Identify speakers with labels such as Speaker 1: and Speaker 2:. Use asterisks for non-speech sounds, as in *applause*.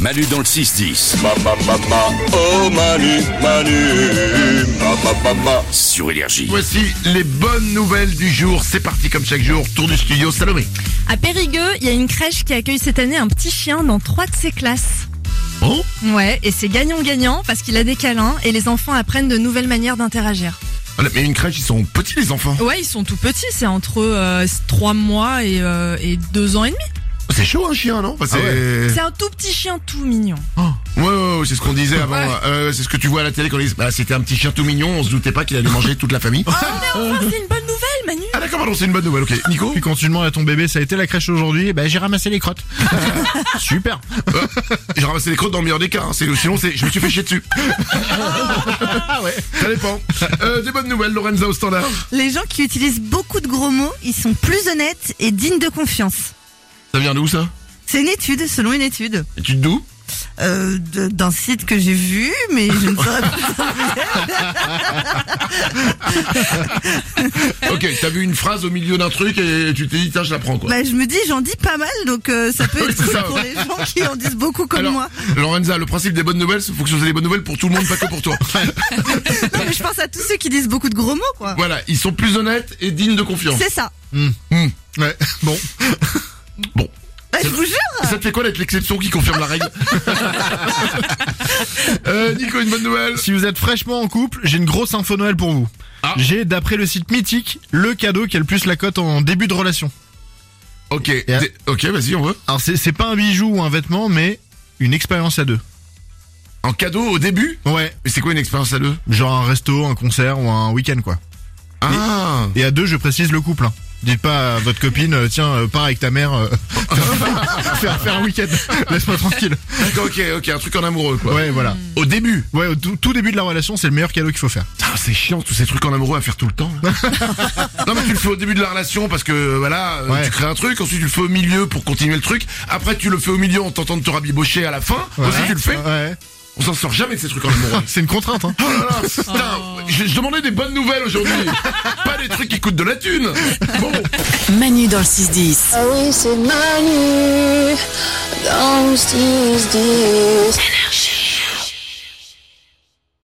Speaker 1: Malu dans le 6-10
Speaker 2: Ma, ma, ma, ma, oh Manu, Manu, ma, ma, ma, ma.
Speaker 1: sur Énergie.
Speaker 3: Voici les bonnes nouvelles du jour. C'est parti comme chaque jour. Tour du studio Salomé.
Speaker 4: À Périgueux, il y a une crèche qui accueille cette année un petit chien dans trois de ses classes.
Speaker 3: Oh
Speaker 4: Ouais, et c'est gagnant-gagnant parce qu'il a des câlins et les enfants apprennent de nouvelles manières d'interagir.
Speaker 3: Voilà, Ah, Mais une crèche, ils sont petits les enfants.
Speaker 4: Ouais, ils sont tout petits, c'est entre euh, 3 mois et, euh, et 2 ans et demi.
Speaker 3: Oh, C'est chaud un chien, non Enfin, C'est
Speaker 4: C'est un tout petit chien tout mignon.
Speaker 3: ouais, ouais, ouais, c'est ce qu'on disait avant.
Speaker 4: Ouais.
Speaker 3: Euh, c'est ce que tu vois à la télé quand ils disent bah, c'était un petit chien tout mignon. On se doutait pas qu'il allait manger toute la famille.
Speaker 4: *laughs* Ah, mais enfin, c'est une bonne nouvelle, Manu
Speaker 3: *laughs* Ah d'accord, pardon, c'est une bonne nouvelle. Ok, Nico.
Speaker 5: Puis quand tu demandes à ton bébé, ça a été la crèche aujourd'hui, bah j'ai ramassé les *laughs* crottes. Super.
Speaker 3: J'ai ramassé les crottes dans le meilleur des cas. hein. C'est- Sinon, c'est je me suis fait chier dessus. *laughs*
Speaker 5: Ah
Speaker 3: Ça dépend. Euh, des bonnes nouvelles, Lorenza au standard.
Speaker 6: Les gens qui utilisent beaucoup de gros mots, ils sont plus honnêtes et dignes de confiance.
Speaker 3: Ça vient d'où ça
Speaker 6: C'est une étude, selon une étude,
Speaker 3: Et tu te d'où
Speaker 6: euh, de- d'un site que j'ai vu, mais je ne saurais pas.
Speaker 4: *laughs*
Speaker 3: Ok, t'as vu une phrase au milieu d'un truc et tu t'es dit tiens je la prends quoi.
Speaker 6: Bah, je me dis, j'en dis pas mal, donc euh, ça
Speaker 3: *laughs*
Speaker 6: peut
Speaker 3: Oui,
Speaker 6: être
Speaker 3: c'est
Speaker 6: cool
Speaker 3: ça.
Speaker 6: pour les gens qui en disent beaucoup comme
Speaker 3: Alors,
Speaker 6: moi.
Speaker 3: *laughs* Lorenza, le principe des bonnes nouvelles, c'est faut que ce soit des bonnes nouvelles pour tout le monde, pas que pour toi.
Speaker 6: Non, mais je pense à tous ceux qui disent beaucoup de gros mots, quoi.
Speaker 3: *laughs* voilà, ils sont plus honnêtes et dignes de confiance.
Speaker 6: C'est ça.
Speaker 3: Ouais, *laughs* bon. Bon.
Speaker 6: Bah, je vous jure.
Speaker 3: Ça te fait quoi d'être l'exception qui confirme la règle euh, Nico, une bonne nouvelle
Speaker 5: Si vous êtes fraîchement en couple, j'ai une grosse info Noël pour vous.
Speaker 3: Ah.
Speaker 5: J'ai, d'après le site Mythique, le cadeau qui a le plus la cote en début de relation.
Speaker 3: Ok, des- ok, vas-y, on veut.
Speaker 5: Alors c'est c'est pas un bijou ou un vêtement, mais une expérience à deux.
Speaker 3: En cadeau au début
Speaker 5: Ouais,
Speaker 3: Mais c'est quoi une expérience à deux
Speaker 5: genre un resto, un concert ou un week-end quoi.
Speaker 3: Ah
Speaker 5: Et à deux, je précise le couple. hein. Dites pas à votre copine, euh, tiens, euh, pars avec ta mère, euh, *laughs* faire, faire un week-end, laisse-moi tranquille.
Speaker 3: D'accord, ok, ok, un truc en amoureux quoi.
Speaker 5: Ouais, voilà.
Speaker 3: Au début
Speaker 5: Ouais, au tout, tout début de la relation, c'est le meilleur cadeau qu'il faut faire.
Speaker 3: Putain, Ah, c'est chiant tous ces trucs en amoureux à faire tout le temps.
Speaker 5: *laughs*
Speaker 3: là. non mais tu le fais au début de la relation parce que voilà, euh,
Speaker 5: Ouais.
Speaker 3: tu crées un truc, ensuite tu le fais au milieu pour continuer le truc, après tu le fais au milieu en tentant de te rabibocher à la fin,
Speaker 5: Bah,
Speaker 3: ensuite tu le fais,
Speaker 5: Ouais.
Speaker 3: on s'en sort jamais de ces trucs en
Speaker 5: *laughs*
Speaker 3: amoureux.
Speaker 5: C'est une contrainte, hein.
Speaker 3: Oh là là, putain, je, je demandais des bonnes nouvelles
Speaker 5: *laughs*
Speaker 3: aujourd'hui, pas des trucs qui coûtent de la thune. Bon,
Speaker 7: Manu dans le 6-10.
Speaker 8: Ah oui, c'est Manu dans le 6-10.